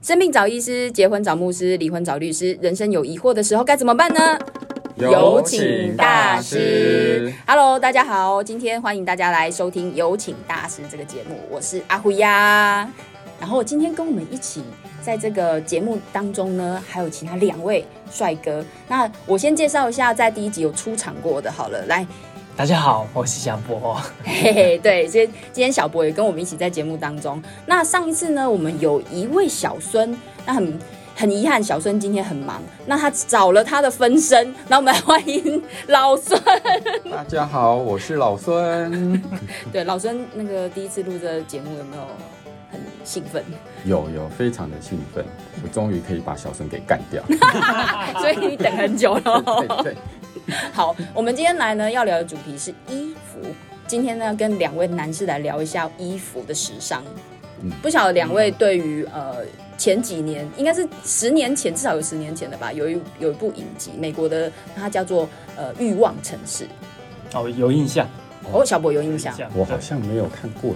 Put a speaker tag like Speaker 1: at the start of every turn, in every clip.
Speaker 1: 生病找医师，结婚找牧师，离婚找律师，人生有疑惑的时候该怎么办呢？
Speaker 2: 有请大师。
Speaker 1: Hello，大家好，今天欢迎大家来收听《有请大师》这个节目，我是阿辉呀。然后今天跟我们一起在这个节目当中呢，还有其他两位帅哥。那我先介绍一下，在第一集有出场过的，好了，来，
Speaker 3: 大家好，我是小博。
Speaker 1: 嘿嘿， 对，今天今天小博也跟我们一起在节目当中。那上一次呢，我们有一位小孙，那很很遗憾，小孙今天很忙，那他找了他的分身。那我们来欢迎老孙。
Speaker 2: 大家好，我是老孙。
Speaker 1: 对，老孙那个第一次录这个节目有没有很兴奋？
Speaker 2: 有有，非常的兴奋，我终于可以把小孙给干 掉。
Speaker 1: 所以你等很久了。哦
Speaker 2: 对对，
Speaker 1: 好，我们今天来呢要聊的主题是衣服。今天呢，跟两位男士来聊一下衣服的时尚。
Speaker 2: 嗯
Speaker 1: 不晓得两位对于呃前几年，应该是十年前，至少有十年前的吧，有一有一部影集，美国的，它叫做呃《欲望城市》。
Speaker 3: 哦，有印象，
Speaker 1: 哦，小博有印象，
Speaker 2: 我好像没有看过，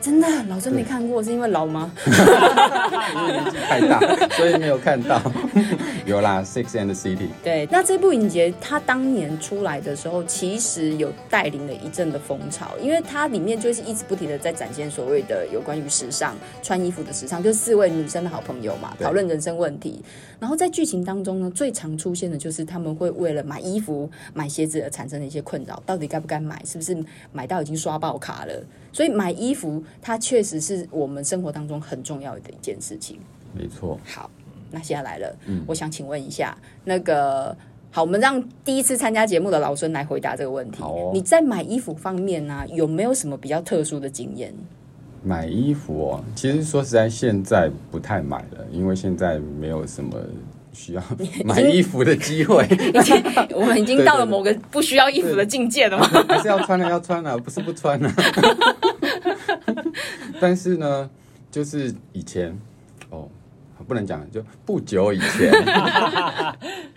Speaker 1: 真的，老真没看过，是因为老吗？
Speaker 2: 因为年纪太 大，所以没有看到。 有啦，《Six and the City》
Speaker 1: 对，那这部影集它当年出来的时候，其实有带领了一阵的风潮，因为它里面就是一直不停的在展现所谓的有关于时尚、穿衣服的时尚，就是四位女生的好朋友嘛，
Speaker 2: 对
Speaker 1: 讨论人生问题。然后在剧情当中呢，最常出现的就是他们会为了买衣服、买鞋子而产生的一些困扰，到底该不该买？是不是买到已经刷爆卡了？所以买衣服，它确实是我们生活当中很重要的一件事情。
Speaker 2: 没错，
Speaker 1: 好，那现在来了，
Speaker 2: 嗯
Speaker 1: 我想请问一下，那个好，我们让第一次参加节目的老孙来回答这个问题。
Speaker 2: 好哦
Speaker 1: 你在买衣服方面呢、有没有什么比较特殊的经验？
Speaker 2: 买衣服哦，其实说实在，现在不太买了，因为现在没有什么需 要买衣服的机会，
Speaker 1: 已经，我们已经到了
Speaker 2: 对对对
Speaker 1: 某个不需要衣服的境界了 吗？
Speaker 2: 还是要穿啊的要 穿的，不是不穿的。 但是呢，就是以前哦，不能讲，就不久以 前，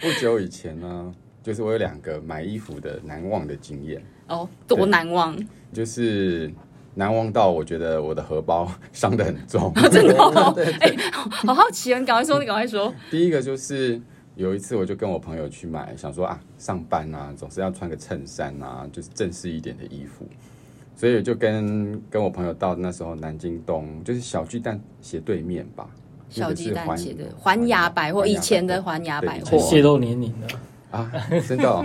Speaker 2: 不久以前呢，就是我有两个买衣服的难忘的经验，
Speaker 1: 哦，多难忘！
Speaker 2: 就是。难忘到我觉得我的荷包伤得很重，
Speaker 1: 真的、哦，哎、好好奇哦，你赶快说，你赶快 说。
Speaker 2: 第一个就是有一次，我就跟我朋友去买，想说啊，上班啊，总是要穿个衬衫啊，就是正式一点的衣服。所以我就跟跟我朋友到那时候南京东，就是小巨蛋斜对面吧，
Speaker 1: 小鸡蛋写的
Speaker 2: 环
Speaker 1: 环牙百货，以前的环牙百
Speaker 2: 对
Speaker 1: 货
Speaker 2: 以前，
Speaker 3: 泄露年龄了。
Speaker 2: 啊，真 的、哦，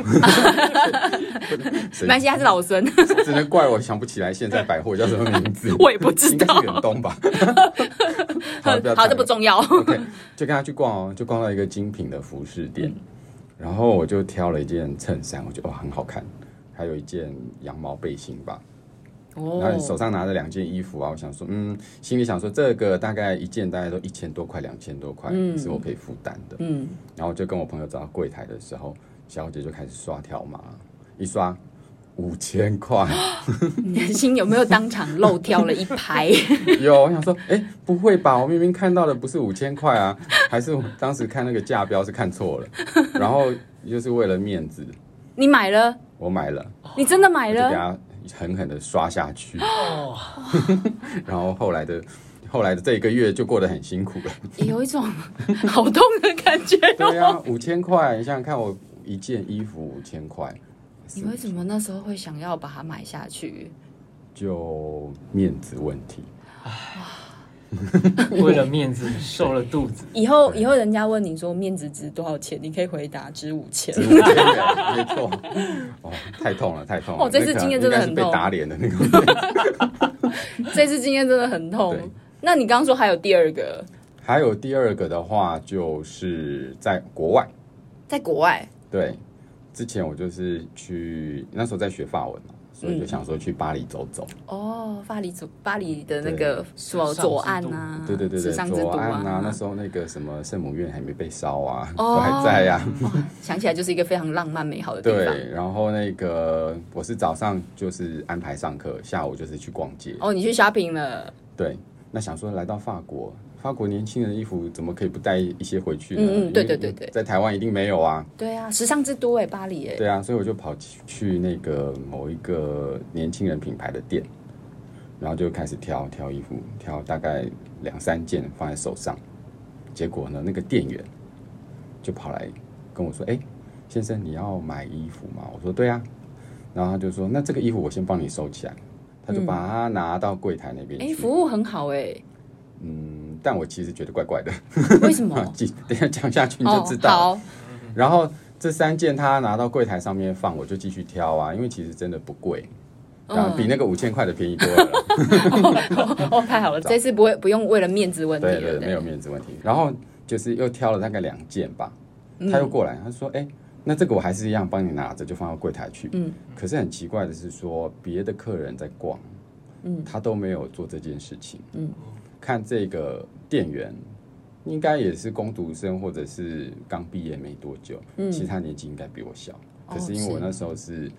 Speaker 1: 没关系，他是老孙，
Speaker 2: 只能怪我想不起来现在百货叫什么名字，
Speaker 1: 我也不知
Speaker 2: 应该
Speaker 1: 道
Speaker 2: 是。远 东吧。好，不要
Speaker 1: 好，这
Speaker 2: 讲
Speaker 1: 不
Speaker 2: 了
Speaker 1: 重 要。
Speaker 2: OK，就跟他去逛哦，就逛到一个精品的服饰店，
Speaker 1: 嗯
Speaker 2: 然后我就挑了一件衬衫，我觉得哦哇很好看，还有一件羊毛背心吧。然后手
Speaker 1: 哦，
Speaker 2: 上拿着两件衣服啊，我想说，嗯，心里想说这个大概一件大概都一千多块、两千多块，
Speaker 1: 嗯
Speaker 2: 是我可以负担的。
Speaker 1: 嗯，
Speaker 2: 然后就跟我朋友走到柜台的时候，小姐就开始刷条码，一刷五千块，
Speaker 1: 你的心有没有当场漏跳了一拍？
Speaker 2: 有，我想说，哎、不会吧？我明明看到的不是五千块啊，还是我当时看那个价标是看 错了。然后就是为了面子，
Speaker 1: 你买了？
Speaker 2: 我买了，
Speaker 1: 你真的买
Speaker 2: 我就
Speaker 1: 了？
Speaker 2: 给他狠狠的刷下去。
Speaker 3: 哦，
Speaker 2: 然后后来的，后来的这一个月就过得很辛苦 了。
Speaker 1: 也有一种好痛的感觉
Speaker 2: 对啊
Speaker 1: 哦。
Speaker 2: 呀、五千块，你想想看，我一件衣服五千块，
Speaker 1: 你为什么那时候会想要把它买下去？
Speaker 2: 就面子问 题。
Speaker 3: 为了面子瘦了肚子。
Speaker 1: 以后以后人家问你说面子值多少钱，你可以回答值五千。
Speaker 2: 对没错，哦，太痛了，太痛了！
Speaker 1: 哦这次
Speaker 2: 那可能
Speaker 1: 经验真的很
Speaker 2: 应该是
Speaker 1: 痛
Speaker 2: 被打脸的那个。
Speaker 1: 这次经验真的很痛
Speaker 2: 对。
Speaker 1: 那你刚刚说还有第二个，
Speaker 2: 还有第二个的话，就是在国外，
Speaker 1: 在国外，
Speaker 2: 对，之前我就是去那时候在学法文嘛，所
Speaker 1: 嗯
Speaker 2: 以就想说去巴黎走走。
Speaker 1: 哦，巴黎左巴黎的那个什么
Speaker 3: 时尚之都
Speaker 1: 左岸啊，
Speaker 2: 对对对
Speaker 1: 时
Speaker 2: 对，
Speaker 1: 尚之都
Speaker 2: 左岸啊，那
Speaker 1: 啊，
Speaker 2: 时候那个什么圣母院还没被烧啊，
Speaker 1: 哦
Speaker 2: 都还在呀、
Speaker 1: 想起来就是一个非常浪漫美好的地方。
Speaker 2: 对，然后那个我是早上就是安排上课，下午就是去逛街。
Speaker 1: 哦，你去 shopping 了，
Speaker 2: 对，那想说来到法国，法国年轻人衣服怎么可以不带一些回去呢？
Speaker 1: 嗯嗯
Speaker 2: 因为
Speaker 1: 对对对对
Speaker 2: 在台湾一定没有啊。
Speaker 1: 对啊，时尚之都哎，巴黎哎，
Speaker 2: 对啊，所以我就跑去去那个某一个年轻人品牌的店，然后就开始挑挑衣服，挑大概两三件放在手上，结果呢，那个店员就跑来跟我说：“哎、先生，你要买衣服吗？”我说：“对啊。”然后他就说：“那这个衣服我先帮你收起来。”他就
Speaker 1: 嗯
Speaker 2: 把它拿到柜台那边
Speaker 1: 哎、
Speaker 2: 去。
Speaker 1: 服务很好哎、
Speaker 2: 嗯，但我其实觉得怪怪的。？
Speaker 1: 为什么
Speaker 2: 记等一下讲下去你就知道了。
Speaker 1: 哦。好，
Speaker 2: 然后这三件他拿到柜台上面放，我就继续挑啊，因为其实真的不贵，当然比那个五千块的便宜多了啦。
Speaker 1: 哦，太 好了，这次不会不用为了面子问题了，
Speaker 2: 对对，没有面子问题。然后就是又挑了大概两件吧，
Speaker 1: 嗯
Speaker 2: 他又过来，他说：“哎、那这个我还是一样帮你拿着，就放到柜台去。”
Speaker 1: 嗯，
Speaker 2: 可是很奇怪的是说，别的客人在逛，
Speaker 1: 嗯
Speaker 2: 他都没有做这件事情。
Speaker 1: 嗯，
Speaker 2: 看这个店员。应该也是工读生，或者是刚毕业没多久。
Speaker 1: 嗯
Speaker 2: 其实他年纪应该比我小，
Speaker 1: 哦
Speaker 2: 可是因为我
Speaker 1: 是
Speaker 2: 那时候是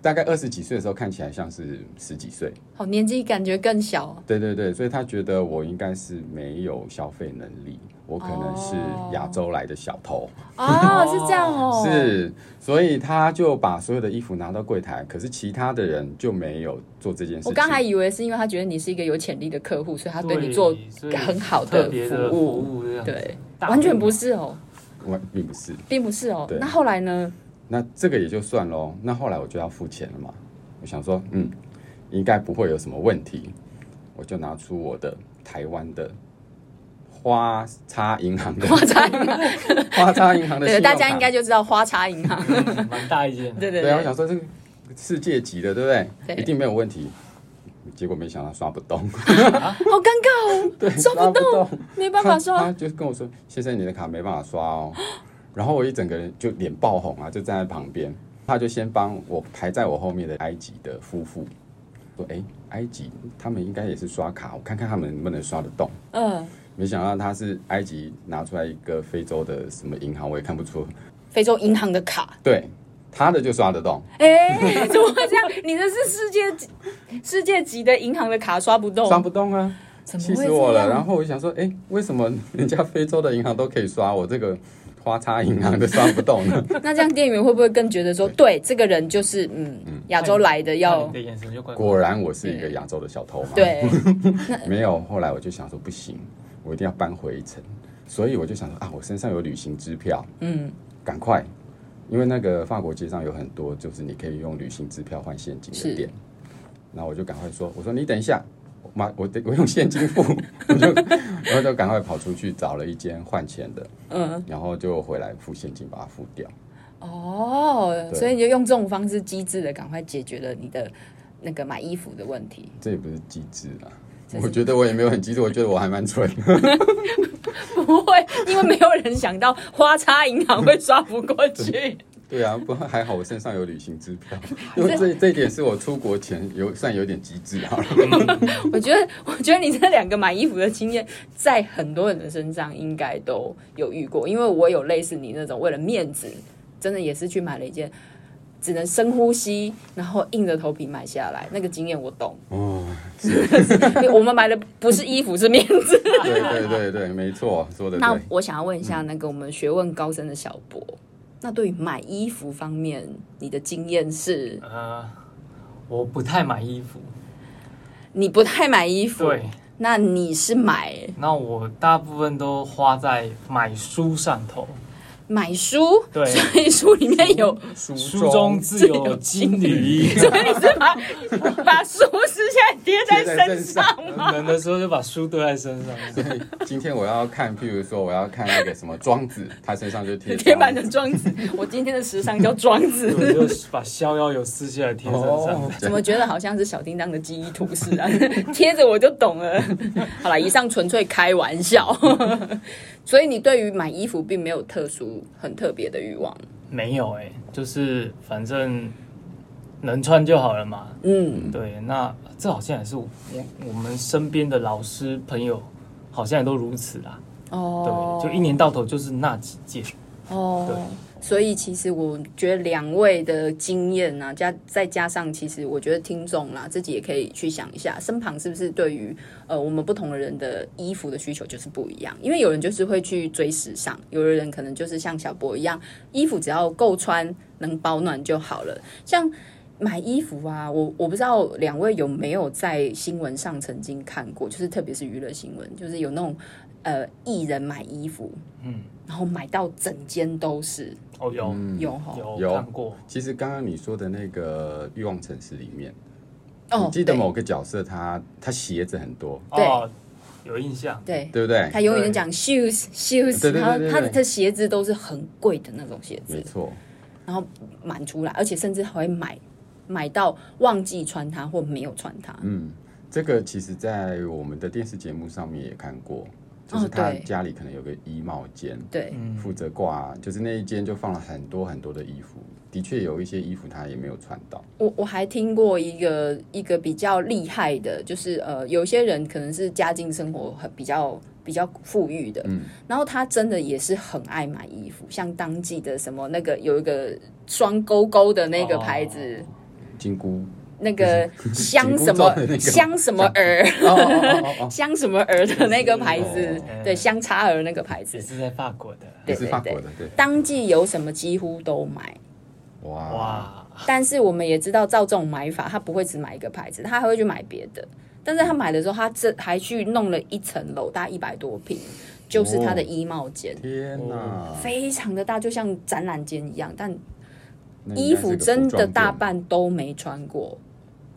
Speaker 2: 大概二十几岁的时候，看起来像是十几岁。
Speaker 1: 好年纪感觉更小，
Speaker 2: 对对对，所以他觉得我应该是没有消费能力，我可能是亚洲来的小偷，
Speaker 1: 哦，是这样哦，，
Speaker 2: 是，所以他就把所有的衣服拿到柜台，可是其他的人就没有做这件事情。
Speaker 1: 我刚还以为是因为他觉得你是一个有潜力的客户，所以他对你做
Speaker 3: 所以
Speaker 1: 很好的
Speaker 3: 特别的
Speaker 1: 服务
Speaker 3: 务，这样子
Speaker 1: 对，
Speaker 3: 大
Speaker 1: 完全
Speaker 3: 部
Speaker 1: 不是哦，
Speaker 2: 我并不是，
Speaker 1: 并不是哦
Speaker 2: 对。
Speaker 1: 那后来呢？
Speaker 2: 那这个也就算喽。那后来我就要付钱了嘛，我想说，嗯，应该不会有什么问题，我就拿出我的台湾的花叉银行的
Speaker 1: 花茶银行，
Speaker 2: 花叉银行的信
Speaker 1: 对，
Speaker 2: 用
Speaker 1: 大家应
Speaker 2: 卡
Speaker 1: 该就知道花茶银行，
Speaker 3: 嗯蛮大一件的。
Speaker 1: 对对
Speaker 2: 对啊，我想说这个世界级的，对不对？
Speaker 1: 对
Speaker 2: 一定没有问题。结果没想到刷不 动，
Speaker 1: 好尴尬哦，
Speaker 2: 对，
Speaker 1: 刷不
Speaker 2: 动，
Speaker 1: 没办法
Speaker 2: 他
Speaker 1: 刷
Speaker 2: 他，就跟我说：“先生，你的卡没办法刷哦。”然后我一整个人就脸爆红啊，就站在旁边。他就先帮我排在我后面的埃及的夫妇说：“哎，埃及他们应该也是刷卡，我看看他们能不能刷得动。”
Speaker 1: 嗯，
Speaker 2: 没想到他是埃及拿出来一个非洲的什么银行，我也看不出。
Speaker 1: 非洲银行的卡，
Speaker 2: 对，他的就刷得动，
Speaker 1: 哎， 怎么会这样？你这是世界级世界级的银行的卡刷不动，
Speaker 2: 刷不动啊。
Speaker 1: 哦怎么
Speaker 2: 气
Speaker 1: 会
Speaker 2: 死我
Speaker 1: 这
Speaker 2: 了！
Speaker 1: 样？
Speaker 2: 然后我就想说，哎、为什么人家非洲的银行都可以刷，我这个花叉银行的刷不 动呢？
Speaker 1: 那这样店员会不会更觉得说，对这个人就是嗯亚洲来的
Speaker 3: 看
Speaker 1: 要
Speaker 3: 你的眼神就怪怪的。
Speaker 2: 果然我是一个亚洲的小偷嘛。，
Speaker 1: 对，
Speaker 2: 没有。后来我就想说，不行，我一定要搬回一层。所以我就想说啊，我身上有旅行支票，
Speaker 1: 嗯
Speaker 2: 赶快，因为那个法国街上有很多就是你可以用旅行支票换现金
Speaker 1: 是
Speaker 2: 的店。然后我就赶快说，我说你等一下，我妈，我得我用现金付， 我就然后就赶快跑出去找了一间换钱的，
Speaker 1: 嗯，
Speaker 2: 然后就回来付现金把它付掉。
Speaker 1: 哦，
Speaker 2: 对
Speaker 1: 所以你就用这种方式机智的赶快解决了你的那个买衣服的问题。
Speaker 2: 这也不是机智啊
Speaker 1: 这。是
Speaker 2: 我觉得我也没有很机智，我觉得我还蛮蠢。
Speaker 1: 不会，因为没有人想到花叉银行会刷不过 去。
Speaker 2: 对啊，不过还好我身上有旅行支票，因为这这一点是我出国前有算有点机啊智好了。
Speaker 1: 我觉得，我觉得你这两个买衣服的经验，在很多人的身上应该都有遇过，因为我有类似你那种为了面子，真的也是去买了一件。只能深呼吸，然后硬着头皮买下来，那个经验我懂。
Speaker 2: 哦，
Speaker 1: 我们买的不是衣服，是面子。
Speaker 2: 对对对对，没错，说的
Speaker 1: 那
Speaker 2: 对。嗯
Speaker 1: 我想要问一下那个我们学问高深的小博，那对于买衣服方面，你的经验是
Speaker 3: 呃，我不太买衣服。
Speaker 1: 你不太买衣服，
Speaker 3: 对，
Speaker 1: 那你是买
Speaker 3: 那我大部分都花在买书上头。
Speaker 1: 买书，
Speaker 3: 对
Speaker 1: 所以书里面 有，
Speaker 2: 书
Speaker 3: 书中自有金缕衣，
Speaker 1: 所以你是把把书是现在贴在
Speaker 2: 贴在
Speaker 1: 身
Speaker 2: 身
Speaker 1: 上
Speaker 2: 上
Speaker 1: 吗？
Speaker 3: 冷的时候就把书丢在身上。
Speaker 2: 所以今天我要看，譬如说我要看那个什么庄子，他身上就贴
Speaker 1: 贴满的庄子，我今天的时尚叫庄
Speaker 3: 我
Speaker 1: 子。
Speaker 3: 就把逍遥游撕下来贴身上
Speaker 2: 哦，，
Speaker 1: 怎么觉得好像是小叮当的记忆图似的， 贴着我就懂了。好了，以上纯粹开玩 笑。所以你对于买衣服并没有特殊、很特别的欲望。
Speaker 3: 没有哎、就是反正能穿就好了嘛。
Speaker 1: 嗯，
Speaker 3: 对，那这好像也是我我我们身边的老师朋友，好像也都如此啦。
Speaker 1: 哦，
Speaker 3: 对，就一年到头就是那几件。
Speaker 1: 哦。所以其实我觉得两位的经验呢、加再加上其实我觉得听众啦，自己也可以去想一下，身旁是不是对于呃我们不同的人的衣服的需求就是不一样，因为有人就是会去追时尚，有的人可能就是像小博一样，衣服只要够穿能保暖就好了。像买衣服啊，我我不知道两位有没有在新闻上曾经看过，就是特别是娱乐新闻，就是有那种呃艺人买衣服，
Speaker 3: 嗯，
Speaker 1: 然后买到整间都是，
Speaker 3: 哦有
Speaker 2: 嗯
Speaker 1: 有哈，
Speaker 3: 有
Speaker 2: 有
Speaker 3: 看过，
Speaker 2: 其实刚刚你说的那个欲望城市里面，
Speaker 1: 哦
Speaker 2: 你，记得
Speaker 1: 对
Speaker 2: 某个角色他他鞋子很多，
Speaker 1: 对
Speaker 3: 哦，有印象，
Speaker 1: 对，
Speaker 2: 对不对？
Speaker 1: 他永远
Speaker 3: 对
Speaker 1: 讲 shoes shoes，
Speaker 2: 哎对对对
Speaker 1: 然后
Speaker 2: 对对
Speaker 1: 他的他的鞋子都是很贵的那种鞋
Speaker 2: 没
Speaker 1: 子，
Speaker 2: 错，
Speaker 1: 然后满出来，而且甚至还会买买到忘记穿它或没有穿它，
Speaker 2: 嗯，这个其实，在我们的电视节目上面也看过，就是
Speaker 1: 哦
Speaker 2: 他
Speaker 1: 对
Speaker 2: 家里可能有个衣帽间，
Speaker 1: 对，
Speaker 3: 嗯，
Speaker 2: 负责挂，啊就是那一间就放了很多很多的衣服，的确有一些衣服他也没有穿到，
Speaker 1: 我我还听过一个一个比较厉害的，就是呃，有些人可能是家境生活很比较比较富裕的，
Speaker 2: 嗯，
Speaker 1: 然后他真的也是很爱买衣服，像当季的什么那个有一个双勾勾的那
Speaker 2: 哦
Speaker 1: 个牌子，
Speaker 2: 金菇，
Speaker 1: 那个香
Speaker 2: 紧箍
Speaker 1: 什么
Speaker 2: 咒的 那个吗
Speaker 1: 香什么儿
Speaker 2: 哦哦哦哦 哦，
Speaker 1: 香什么儿的那个牌
Speaker 2: 哦
Speaker 1: 子
Speaker 3: 哦，
Speaker 1: 对，香叉儿那个牌子
Speaker 3: 也，是在法国的，
Speaker 1: 对
Speaker 2: 也是
Speaker 1: 对
Speaker 2: 法
Speaker 1: 对
Speaker 2: 国的，对，
Speaker 1: 当季有什么几乎都买。
Speaker 2: 哇
Speaker 3: 哇，
Speaker 1: 但是我们也知道，照这种买法，他不会只买一个牌子，他还会去买别的。但是他买的时候，他这还去弄了一层楼，大概一百多平，就是他的衣帽间，
Speaker 2: 天哪，
Speaker 1: 非常的大，就像展览间一样。但
Speaker 2: 那应该
Speaker 1: 衣服
Speaker 2: 是个
Speaker 1: 真
Speaker 2: 服
Speaker 1: 的
Speaker 2: 装
Speaker 1: 大
Speaker 2: 店，
Speaker 1: 半都没穿过，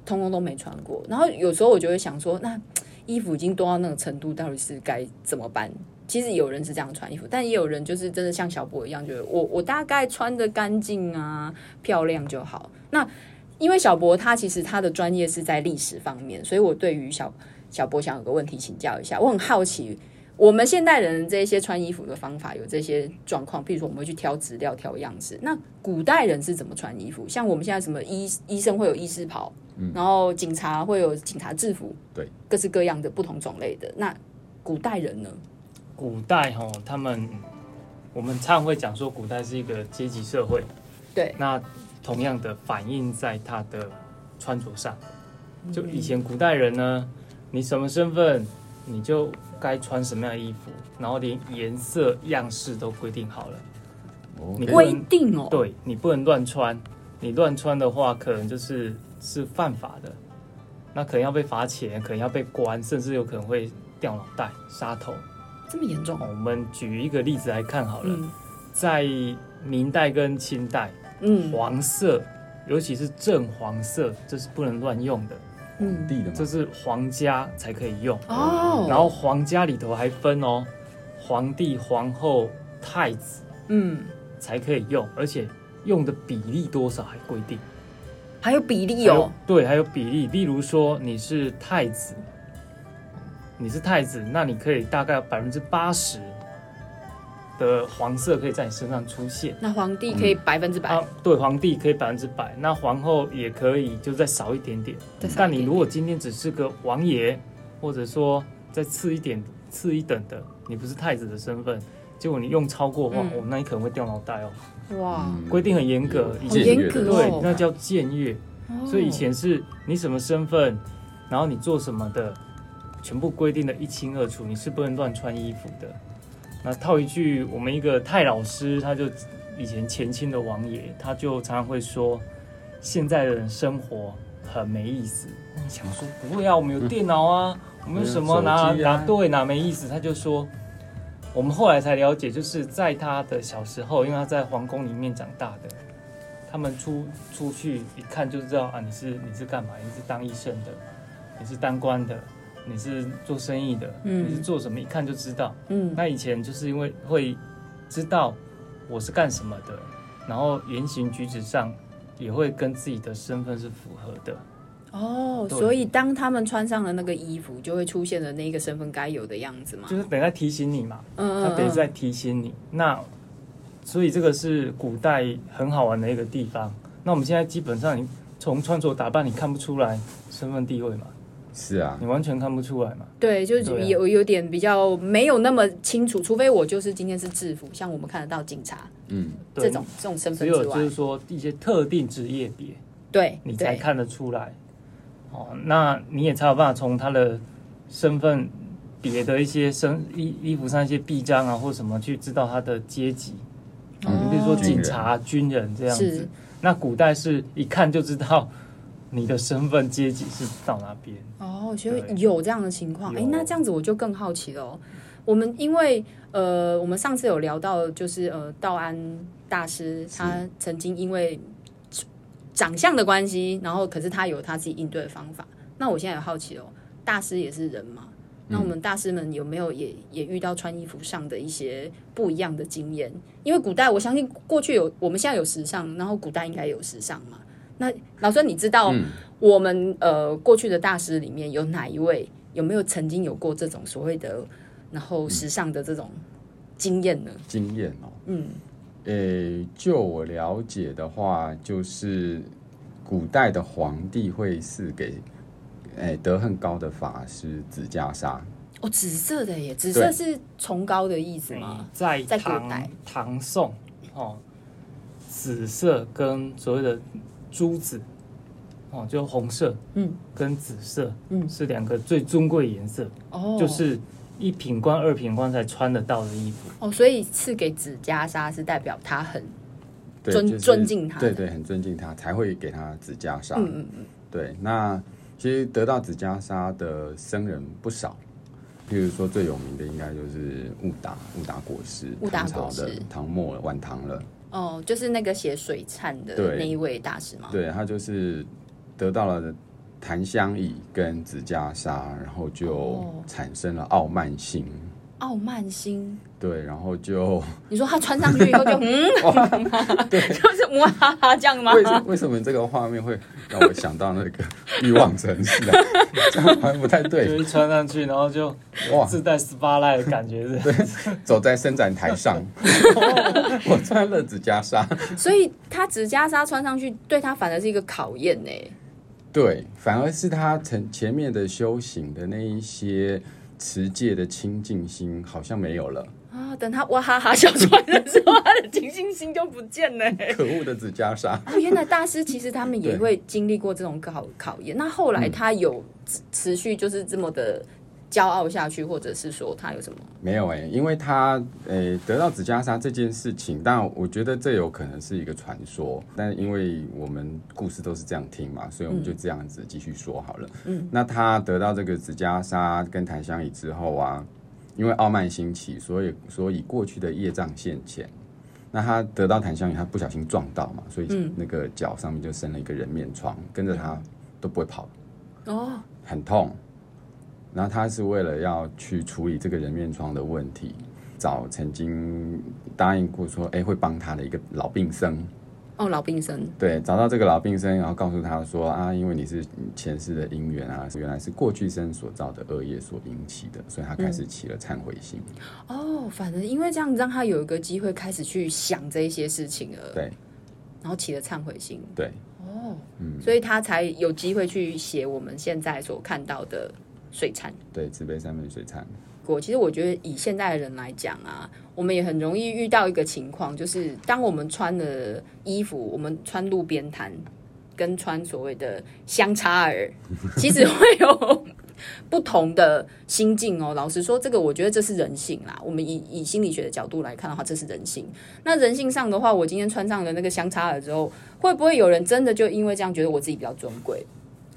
Speaker 1: 通通都没穿过。然后有时候我就会想说，那衣服已经多到那种程度，到底是该怎么办？其实有人是这样穿衣服，但也有人就是真的像小博一样，觉得我我大概穿的干净啊、漂亮就好。那因为小博他其实他的专业是在历史方面，所以我对于小小博想有个问题请教一下，我很好奇。我们现代人这些穿衣服的方法有这些状况，譬如说我们会去挑质料、挑样式。那古代人是怎么穿衣服？像我们现在什么医医生会有医师袍，
Speaker 3: 嗯
Speaker 1: 然后警察会有警察制服，
Speaker 2: 对，
Speaker 1: 各式各样的不同种类的。那古代人呢？
Speaker 3: 古代哈，他们我们常会讲说，古代是一个阶级社会，
Speaker 1: 对，
Speaker 3: 那同样的反映在他的穿着上。就以前古代人呢，你什么身份，你就该穿什么样的衣服，然后连颜色、样式都规定好了。
Speaker 2: 哦
Speaker 3: 你
Speaker 2: 可以
Speaker 1: 规定哦，
Speaker 3: 对你不能乱穿，你乱穿的话，可能就是是犯法的，那可能要被罚钱，可能要被关，甚至有可能会掉脑袋、杀头。
Speaker 1: 这么严重
Speaker 3: 哦我们举一个例子来看好了，
Speaker 1: 嗯
Speaker 3: 在明代跟清代，
Speaker 1: 嗯
Speaker 3: 黄色，尤其是正黄色，这是不能乱用的，
Speaker 1: 嗯，
Speaker 2: 地的嘛
Speaker 3: 这是皇家才可以用。
Speaker 1: 哦，
Speaker 3: 然后皇家里头还分哦，皇帝、皇后、太子
Speaker 1: 嗯，
Speaker 3: 才可以用，而且用的比例多少还规定。
Speaker 1: 还有比例
Speaker 3: 还有
Speaker 1: 哦，
Speaker 3: 对，还有比例。例如说你是太子，你是太子，那你可以大概百分之八十的黄色可以在你身上出现。
Speaker 1: 那皇帝可以百分之
Speaker 3: 啊
Speaker 1: 百，，
Speaker 3: 对，皇帝可以百分之百，那皇后也可以，就再少一点点。
Speaker 1: 再少一
Speaker 3: 但
Speaker 1: 点
Speaker 3: 你如果今天只是个王爷，或者说再次一点、次一等的，你不是太子的身份，结果你用超过的话，
Speaker 1: 嗯
Speaker 3: 哦，那你可能会掉脑袋哦。
Speaker 2: 嗯
Speaker 1: 哇，
Speaker 3: 规定很严
Speaker 2: 哦
Speaker 3: 格，以
Speaker 1: 好
Speaker 3: 前
Speaker 1: 严
Speaker 2: 僭越的
Speaker 1: 格
Speaker 2: 东西
Speaker 1: 哦
Speaker 3: 对，那叫僭越。
Speaker 1: 哦
Speaker 3: 嗯所以以前是你什么身份，然后你做什么的，全部规定的一清二楚，你是不能乱穿衣服的。那套一句，我们一个太老师，他就以前前清的王爷，他就常常会说，现在的人生活很没意思。我想说不会啊，我们有电脑啊，我们有什么
Speaker 2: 我们有
Speaker 3: 哪
Speaker 2: 手机啊
Speaker 3: 哪对哪没意思，他就说。我们后来才了解，就是在他的小时候，因为他在皇宫里面长大的，他们出出去一看就知道啊，你是你是干嘛？你是当医生的，你是当官的，你是做生意的，
Speaker 1: 嗯
Speaker 3: 你是做什么？一看就知道。
Speaker 1: 嗯
Speaker 3: 那以前就是因为会知道我是干什么的，然后言行举止上也会跟自己的身份是符合的。
Speaker 1: 哦，
Speaker 3: 对
Speaker 1: 所以当他们穿上了那个衣服，就会出现了那个身份该有的样子嘛，
Speaker 3: 就是等于在提醒你嘛，
Speaker 1: 嗯
Speaker 3: 他等于在提醒你。那所以这个是古代很好玩的一个地方。那我们现在基本上，你从穿着打扮你看不出来身份地位嘛，
Speaker 2: 是啊
Speaker 3: 你，完全看不出来嘛。
Speaker 1: 对，就是
Speaker 3: 对啊
Speaker 1: 有有点比较没有那么清楚，除非我就是今天是制服，像我们看得到警察
Speaker 2: 嗯，
Speaker 3: 对
Speaker 1: 这种这种身
Speaker 3: 只
Speaker 1: 份之
Speaker 3: 有
Speaker 1: 外
Speaker 3: 就是，说一些特定职业别，
Speaker 1: 对，
Speaker 3: 你
Speaker 1: 对
Speaker 3: 才看得出来。哦，那你也才有办法从他的身份别的一些身衣衣服上一些臂章啊或什么去知道他的阶级。你比如说
Speaker 1: 哦
Speaker 3: 警察、军人这样
Speaker 1: 是
Speaker 3: 子。那古代是一看就知道你的身份阶级是到哪边。
Speaker 1: 哦，所以
Speaker 3: 对
Speaker 1: 有这样的情况。哎、
Speaker 3: 有
Speaker 1: 那这样子我就更好奇了哦、我们因为呃，我们上次有聊到，就是呃，道安大师他曾经因为长相的关系，然后可是他有他自己应对的方法。那我现在有好奇哦，大师也是人嘛？
Speaker 3: 嗯
Speaker 1: 那我们大师们有没有也也遇到穿衣服上的一些不一样的经验？因为古代我相信过去有，我们现在有时尚，然后古代应该有时尚嘛。那老孙你知道
Speaker 2: 嗯
Speaker 1: 我们呃过去的大师里面有哪一位有没有曾经有过这种所谓的然后时尚的这种经验呢？
Speaker 2: 经验哦。
Speaker 1: 嗯，
Speaker 2: 诶，就我了解的话，就是古代的皇帝会赐给诶德恨高的法师紫袈裟，
Speaker 1: 哦，紫色的耶，紫色是崇高的意思
Speaker 3: 嗯
Speaker 1: 吗？
Speaker 3: 在
Speaker 1: 哎在古
Speaker 3: 唐
Speaker 1: 代
Speaker 3: 唐宋哦，紫色跟所谓的朱紫哦，就红色
Speaker 1: 嗯
Speaker 3: 跟紫色，
Speaker 1: 嗯
Speaker 3: 是两个最尊贵的颜色，
Speaker 1: 哦，
Speaker 3: 就是一品官、二品官才穿得到的衣服。
Speaker 1: 哦，所以赐给紫袈裟是代表他很
Speaker 2: 对
Speaker 1: 尊
Speaker 2: 就是
Speaker 1: 尊敬他
Speaker 2: 对对，很尊敬他，才会给他紫袈裟。
Speaker 1: 嗯嗯嗯
Speaker 2: 对，那其实得到紫袈裟的僧人不少，譬如说最有名的应该就是悟达，悟达国师，
Speaker 1: 悟达
Speaker 2: 唐朝
Speaker 1: 国师
Speaker 2: 的唐末了晚唐了，
Speaker 1: 哦，就是那个写水忏的
Speaker 2: 对
Speaker 1: 那一位大师吗？
Speaker 2: 对他就是得到了檀香椅跟紫袈裟，然后就
Speaker 1: 哦
Speaker 2: 产生了傲慢心，
Speaker 1: 傲慢心，
Speaker 2: 对，然后 就
Speaker 1: 你说他穿上去以 后就嗯， 就是哇哈哈这样吗？
Speaker 2: 为什为什么这个画面会让我想到那个欲望城市啊？ 这样好像不太
Speaker 3: 就
Speaker 2: 对
Speaker 3: 一穿上去，然后就
Speaker 2: 哇！
Speaker 3: 自带 SPA 赖的感觉是。
Speaker 2: 走在伸展台上， 我穿了紫袈裟，
Speaker 1: 所以他紫袈裟穿上去，对他反而是一个考验呢、
Speaker 2: 对，反而是他前前面的修行的那一些持戒的清净心好像没有了，
Speaker 1: 啊，等他哇哈哈笑出来的时候，他的清净心就不见了、欸。
Speaker 2: 可恶的紫袈裟。
Speaker 1: 啊，原来大师其实他们也
Speaker 2: 对
Speaker 1: 会经历过这种考考验。那后来他有持持续就是这么的骄傲下去，或者是说他有什么？
Speaker 2: 没有哎、因为他诶、得到紫袈裟这件事情，但我觉得这有可能是一个传说，但因为我们故事都是这样听嘛，所以我们就这样子继续说好了。
Speaker 1: 嗯，
Speaker 2: 那他得到这个紫袈裟跟檀香椅之后啊，因为傲慢兴起，所以所以过去的业障现前。那他得到檀香椅，他不小心撞到嘛，所以
Speaker 1: 嗯
Speaker 2: 那个脚上面就生了一个人面疮，跟着他都不会跑，
Speaker 1: 哦，
Speaker 2: 很痛。然后他是为了要去处理这个人面疮的问题，找曾经答应过说，哎，会帮他的一个老病僧，
Speaker 1: 哦，老病生，
Speaker 2: 对，找到这个老病僧，然后告诉他说啊，因为你是前世的因缘啊，原来是过去生所造的恶业所引起的，所以他开始起了忏悔心。
Speaker 1: 哦，反正因为这样让他有一个机会开始去想这一些事情了，
Speaker 2: 对
Speaker 1: 然后起了忏悔心，
Speaker 2: 对，
Speaker 1: 哦，
Speaker 2: 嗯，
Speaker 1: 所以他才有机会去写我们现在所看到的水忏。
Speaker 2: 对，慈悲三昧 水忏，
Speaker 1: 过。其实我觉得以现在的人来讲啊，我们也很容易遇到一个情况，就是当我们穿的衣服，我们穿路边摊，跟穿所谓的香叉儿，其实会有不同的心境哦。老实说，这个我觉得这是人性啦。我们以以心理学的角度来看的话，这是人性。那人性上的话，我今天穿上了那个香叉儿之后，会不会有人真的就因为这样觉得我自己比较尊贵？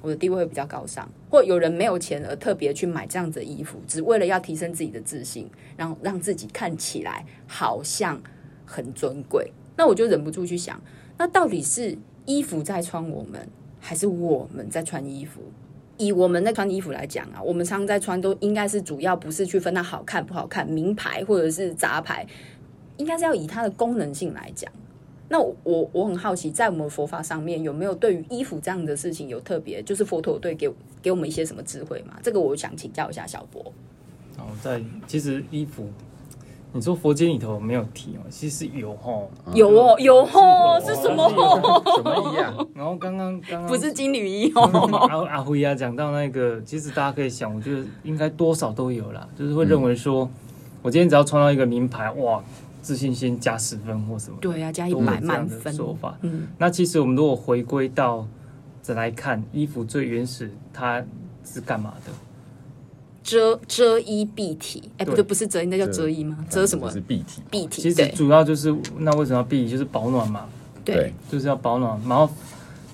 Speaker 1: 我的地位会比较高尚，或有人没有钱而特别去买这样子的衣服，只为了要提升自己的自信，让让自己看起来好像很尊贵。那我就忍不住去想，那到底是衣服在穿我们，还是我们在穿衣服？以我们在穿衣服来讲啊，我们常常在穿都应该是主要不是去分它好看不好看，名牌或者是杂牌，应该是要以它的功能性来讲。那我我我很好奇，在我们佛法上面有没有对于衣服这样的事情有特别，就是佛陀有对给给我们一些什么智慧嘛？这个我想请教一下小博。
Speaker 3: 然后在其实衣服，你说佛经里头有没有提哦，其实有哦。
Speaker 1: 有哦，有哦，
Speaker 3: 是
Speaker 1: 是
Speaker 3: 有
Speaker 1: 什么哦？
Speaker 2: 什么意啊？
Speaker 3: 然后刚刚刚刚
Speaker 1: 不是金缕衣
Speaker 3: 刚刚
Speaker 1: 哦。
Speaker 3: 阿阿辉啊讲到那个，其实大家可以想，我觉得应该多少都有啦，就是会认为说，我今天只要穿到一个名牌，哇，自信心加十分或什么。
Speaker 1: 对啊，加一
Speaker 3: 都有
Speaker 1: 百
Speaker 3: 这样
Speaker 1: 满
Speaker 3: 的
Speaker 1: 分。
Speaker 3: 说法。
Speaker 1: 嗯
Speaker 3: 那其实我们如果回归到再来看衣服最原始，它是干嘛的？
Speaker 1: 遮遮衣蔽体，哎、不对，
Speaker 3: 对
Speaker 1: 不是遮衣，那叫遮衣吗？遮什么
Speaker 2: 就是蔽体。
Speaker 1: 蔽
Speaker 3: 其
Speaker 1: 体？
Speaker 3: 实
Speaker 1: 对
Speaker 3: 主要就是那为什么要避？就是保暖嘛，
Speaker 1: 对，
Speaker 3: 就是要保暖，然后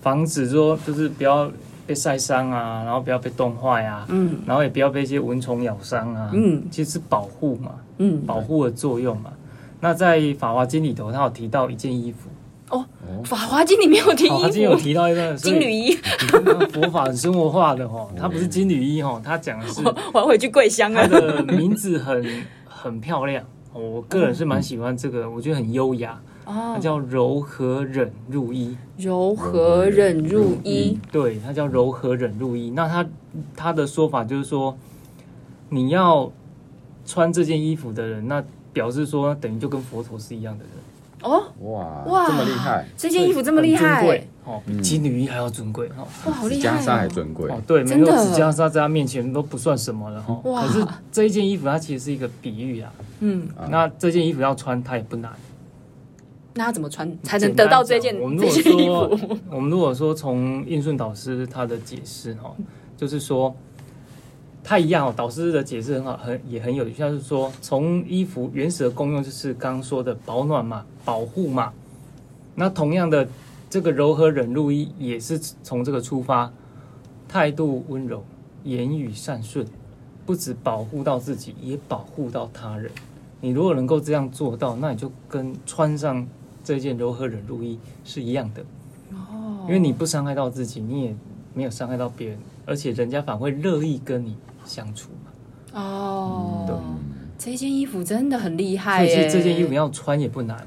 Speaker 3: 防止说就是不要被晒伤啊，然后不要被冻坏啊，
Speaker 1: 嗯
Speaker 3: 然后也不要被一些蚊虫咬伤啊。
Speaker 1: 嗯
Speaker 3: 其实是保护嘛，
Speaker 1: 嗯，
Speaker 3: 保护的作用嘛。那在《法华经》里头，它有提到一件衣服，哦
Speaker 2: 哦，
Speaker 1: 法华经里面有提
Speaker 3: 法华经
Speaker 1: 衣
Speaker 3: 有
Speaker 1: 服，
Speaker 3: 提到 一段，所
Speaker 1: 金缕
Speaker 3: 以
Speaker 1: 衣，
Speaker 3: 佛法很生活化的哦，它不是金缕衣哦，它讲的 是
Speaker 1: 我要回去桂香
Speaker 3: 它
Speaker 1: 了。
Speaker 3: 的名字很很漂亮，哦我个人是蛮喜欢这个，我觉得很优雅，它
Speaker 1: 哦，
Speaker 3: 叫柔和忍入衣。
Speaker 1: 柔和忍入衣，
Speaker 3: 对，它叫柔和忍入衣。那它它的说法就是说，你要穿这件衣服的人，那表示说等于就跟佛陀是一样的人，
Speaker 1: 哦，
Speaker 2: 哇
Speaker 1: 哇
Speaker 2: 这么厉害，
Speaker 1: 这件衣服这么厉
Speaker 3: 很尊
Speaker 1: 害
Speaker 3: 贵，哦，
Speaker 2: 嗯
Speaker 3: 比金缕衣还要尊贵哦。
Speaker 1: 哇，好
Speaker 2: 比
Speaker 1: 厉
Speaker 2: 袈裟
Speaker 1: 害
Speaker 2: 还
Speaker 1: 哦！
Speaker 2: 尊贵
Speaker 3: 哦，对，没
Speaker 1: 真
Speaker 3: 有
Speaker 1: 的
Speaker 3: 指袈裟在他面前都不算什么了哈。
Speaker 1: 哇
Speaker 3: 可是这一件衣服它其实是一个比喻啊，
Speaker 1: 嗯，
Speaker 2: 啊
Speaker 3: 那这件衣服要穿它也不难，
Speaker 1: 那要怎么穿才能得到这件
Speaker 3: 简 单
Speaker 1: 这
Speaker 3: 讲
Speaker 1: 件衣
Speaker 3: 我们如
Speaker 1: 服？
Speaker 3: 果说，我们如果说从印顺导师他的解释哈、哦，就是说，他一样、哦，导师的解释很好，很也很有趣，像是说，从衣服原始的功用就是刚刚说的保暖嘛，保护嘛。那同样的，这个柔和忍入衣也是从这个出发，态度温柔，言语善顺，不止保护到自己，也保护到他人。你如果能够这样做到，那你就跟穿上这件柔和忍入衣是一样的，
Speaker 1: 哦
Speaker 3: 因为你不伤害到自己，你也没有伤害到别人，而且人家反而会乐意跟你相处嘛。
Speaker 1: 哦，
Speaker 2: 嗯
Speaker 1: 这件衣服真的很厉害
Speaker 3: 所以其
Speaker 1: 耶！
Speaker 3: 实这件衣服要穿也不难，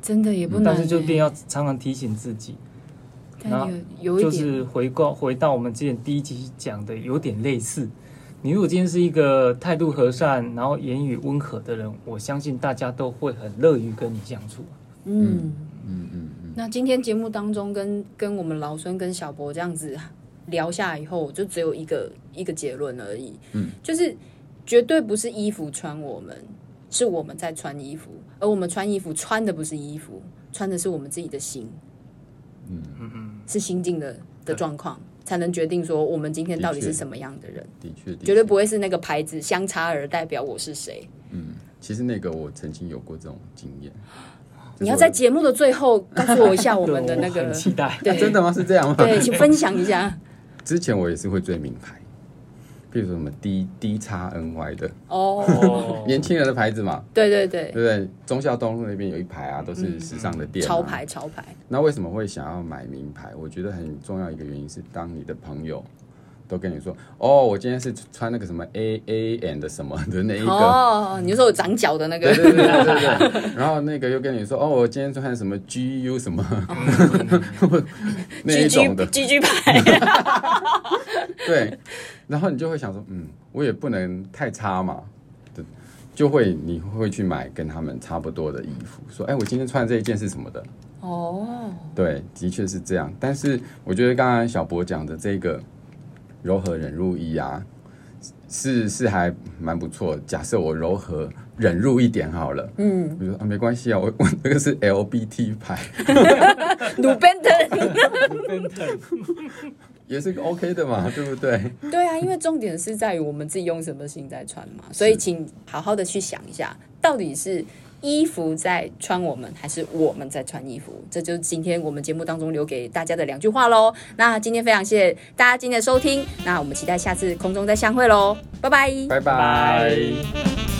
Speaker 1: 真哎的也不难耶，哎
Speaker 3: 但是就一定要常常提醒自己，
Speaker 1: 但有有一
Speaker 3: 就
Speaker 1: 点
Speaker 3: 是回过回到我们之前第一集讲的，有点类似。你如果今天是一个态度和善，然后言语温和的人，我相信大家都会很乐于跟你相处。
Speaker 1: 嗯。
Speaker 2: 嗯嗯嗯，
Speaker 1: 那今天节目当中跟跟我们老孙跟小博这样子聊下来以后，我就只有一个一个结论而已，
Speaker 2: 嗯，
Speaker 1: 就是绝对不是衣服穿我们，是我们在穿衣服，而我们穿衣服穿的不是衣服，穿的是我们自己的心，
Speaker 3: 嗯嗯，
Speaker 1: 是心境的的
Speaker 3: 对
Speaker 1: 状况，才能决定说我们今天到底
Speaker 2: 的
Speaker 1: 是
Speaker 2: 确
Speaker 1: 什么样的人，
Speaker 2: 的确，的确
Speaker 1: 绝对不会是那个牌子相差而代表我是谁。
Speaker 2: 嗯，其实那个我曾经有过这种经验。
Speaker 1: 你要在节目的最后告诉我一下我们的那
Speaker 3: 对
Speaker 1: 个
Speaker 3: 我很，期 待。
Speaker 2: 啊、真的吗？是这样吗？
Speaker 1: 对，请分享一下
Speaker 2: 之前我也是会追名牌，比如说什么 D D x N Y 的
Speaker 1: 哦。
Speaker 3: 哦
Speaker 2: 年轻人的牌子嘛，
Speaker 1: 对对对
Speaker 2: 对，不对？忠孝东路那边有一排啊，都是时尚的店、啊。
Speaker 1: 嗯潮牌，潮牌，
Speaker 2: 那为什么会想要买名牌？我觉得很重要一个原因是，当你的朋友都跟你说，哦，我今天是穿那个什么 A A and 什么的那一个。
Speaker 1: 哦，你就说有长脚的那
Speaker 2: 对
Speaker 1: 个，
Speaker 2: 对对对对对，然后那个又跟你说哦，我今天穿什么 G U 什么 那一
Speaker 1: G
Speaker 2: 种
Speaker 1: 哦 G
Speaker 2: 的，
Speaker 1: G G 牌，
Speaker 2: 对，然后你就会想说，嗯，我也不能太差嘛，对，就会你会去买跟他们差不多的衣服，说，哎，我今天穿这一件是什么的？
Speaker 1: 哦，
Speaker 2: 对，的确是这样。但是我觉得刚才小博讲的这个柔和忍入衣啊，是是还蛮不错。假设我柔和忍入一点好了，
Speaker 1: 嗯，
Speaker 2: 我就说啊，没关系啊，我 我这个是 LBT 牌，
Speaker 1: 鲁班登，
Speaker 2: 也是 OK 的嘛，对不对？
Speaker 1: 对啊，因为重点是在于我们自己用什么心在穿嘛，所以请好好的去想一下，到底是。衣服在穿我们，还是我们在穿衣服？这就是今天我们节目当中留给大家的两句话喽。那今天非常谢谢大家今天的收听，那我们期待下次空中再相会喽，拜拜。
Speaker 2: 拜
Speaker 3: 拜。